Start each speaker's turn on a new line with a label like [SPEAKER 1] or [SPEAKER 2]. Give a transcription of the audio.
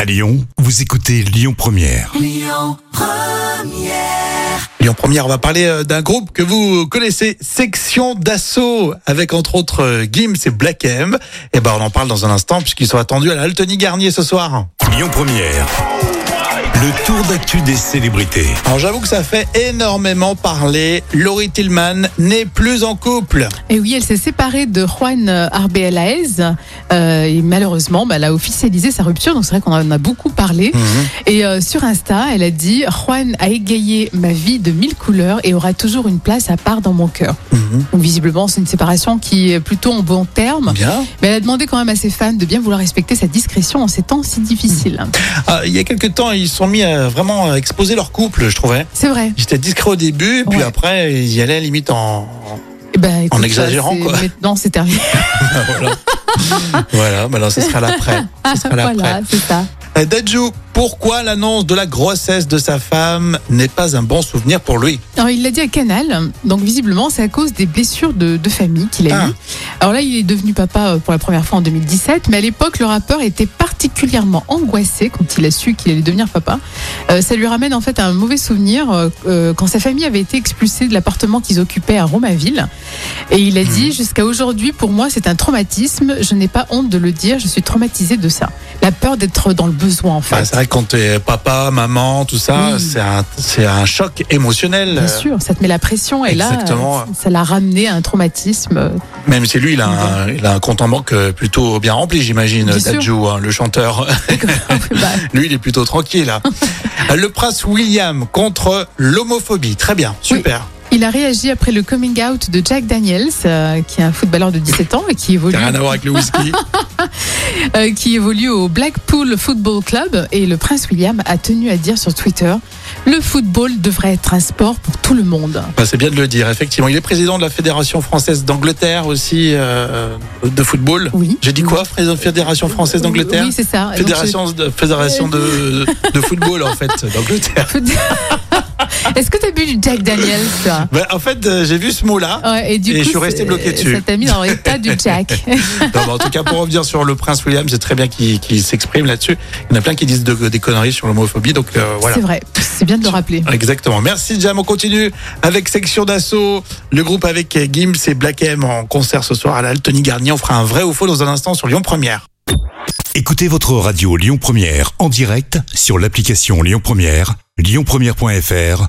[SPEAKER 1] À Lyon, vous écoutez Lyon Première.
[SPEAKER 2] Et en première, on va parler euh, d'un groupe que vous connaissez, Section d'Assaut, avec entre autres euh, Gims et Black M. Et ben, on en parle dans un instant, puisqu'ils sont attendus à la Altony Garnier ce soir.
[SPEAKER 1] Lyon Première. Le tour d'actu des célébrités.
[SPEAKER 2] Alors, j'avoue que ça fait énormément parler. Laurie Tillman n'est plus en couple.
[SPEAKER 3] Et oui, elle s'est séparée de Juan Arbel Laez euh, et malheureusement, bah, elle a officialisé sa rupture. Donc c'est vrai qu'on en a beaucoup parlé.
[SPEAKER 2] Mhm.
[SPEAKER 3] Et euh, sur Insta, elle a dit Juan a égayé ma vie de mille couleurs et aura toujours une place à part dans mon cœur. Donc visiblement, c'est une séparation qui est plutôt en bon terme.
[SPEAKER 2] Bien.
[SPEAKER 3] Mais elle a demandé quand même à ses fans de bien vouloir respecter sa discrétion en ces temps si difficiles.
[SPEAKER 2] Ah, il y a quelques temps, ils se sont mis à vraiment euh, exposer leur couple, je trouvais.
[SPEAKER 3] C'est vrai.
[SPEAKER 2] J'étais discret au début, puis
[SPEAKER 3] Ouais.
[SPEAKER 2] après, ils y allaient limite en.
[SPEAKER 3] Eh ben, écoute,
[SPEAKER 2] En exagérant,
[SPEAKER 3] c'est-
[SPEAKER 2] quoi.
[SPEAKER 3] Maintenant, c'est terminé.
[SPEAKER 2] voilà. voilà, bah alors, ce sera l'après. Ce sera l'après.
[SPEAKER 3] voilà, c'est ça.
[SPEAKER 2] Euh, Dadju, pourquoi l'annonce de la grossesse de sa femme n'est pas un bon souvenir pour lui
[SPEAKER 3] Alors, il l'a dit à Canal. Donc, visiblement, c'est à cause des blessures de, de famille qu'il a
[SPEAKER 2] Ah.
[SPEAKER 3] eues. Alors là, il est devenu papa euh, pour la première fois en 2017. Mais à l'époque, le rappeur était particulièrement angoissé quand il a su qu'il allait devenir papa. Euh, ça lui ramène en fait à un mauvais souvenir euh, euh, quand sa famille avait été expulsée de l'appartement qu'ils occupaient à Romaville. Et il a
[SPEAKER 2] Mmh.
[SPEAKER 3] dit Jusqu'à aujourd'hui, pour moi, c'est un traumatisme. Je n'ai pas honte de le dire. Je suis traumatisé de ça. La peur d'être dans le besoin, en fait.
[SPEAKER 2] Bah, C'est vrai que quand t'es papa, maman, tout ça,
[SPEAKER 3] Oui.
[SPEAKER 2] c'est un, c'est un choc émotionnel.
[SPEAKER 3] Bien sûr, ça te met la pression et
[SPEAKER 2] euh, Exactement.
[SPEAKER 3] là, euh, ça l'a ramené à un traumatisme. euh,
[SPEAKER 2] Même si lui, il a un, il a un compte en banque euh, plutôt bien rempli, j'imagine,
[SPEAKER 3] Bien sûr.
[SPEAKER 2] Dadju, hein, le chanteur.
[SPEAKER 3] bah,
[SPEAKER 2] lui, il est plutôt tranquille. hein. le prince William contre l'homophobie. Très bien, super.
[SPEAKER 3] il a réagi après le coming out de Jack Daniels, euh, qui est un footballeur de 17 ans et qui évolue,
[SPEAKER 2] T'as rien à voir avec le whisky.
[SPEAKER 3] euh, qui évolue au Blackpool Football Club. Et le prince William a tenu à dire sur Twitter Le football devrait être un sport pour tout le monde.
[SPEAKER 2] Bah, c'est bien de le dire, effectivement. Il est président de la Fédération française d'Angleterre aussi, euh, de football.
[SPEAKER 3] Oui.
[SPEAKER 2] J'ai dit quoi Président de Fédération française d'Angleterre
[SPEAKER 3] Oui, c'est ça. Donc,
[SPEAKER 2] Fédération, de, fédération de, de football en fait d'Angleterre.
[SPEAKER 3] je- Est-ce que tu as bu du Jack Daniels toi
[SPEAKER 2] Ben, en fait, euh, j'ai vu ce mot-là.
[SPEAKER 3] Ouais, Et du
[SPEAKER 2] Et
[SPEAKER 3] coup,
[SPEAKER 2] je suis resté
[SPEAKER 3] c'est-
[SPEAKER 2] bloqué dessus.
[SPEAKER 3] Ça t'a mis dans l'état du Jack.
[SPEAKER 2] Non, mais en tout cas, pour revenir sur le prince William, c'est très bien qu'il qu'il s'exprime là-dessus. Il y en a plein qui disent de- des conneries sur l'homophobie, donc euh, voilà.
[SPEAKER 3] C'est vrai. C'est bien de le rappeler.
[SPEAKER 2] Exactement. Merci Jam. On continue avec Section d'Assaut, le groupe avec Gims et Black M en concert ce soir à la Tony Garnier. On fera un vrai ou faux dans un instant sur Lyon Première.
[SPEAKER 1] Écoutez votre radio Lyon Première en direct sur l'application Lyon Première, lyonpremière.fr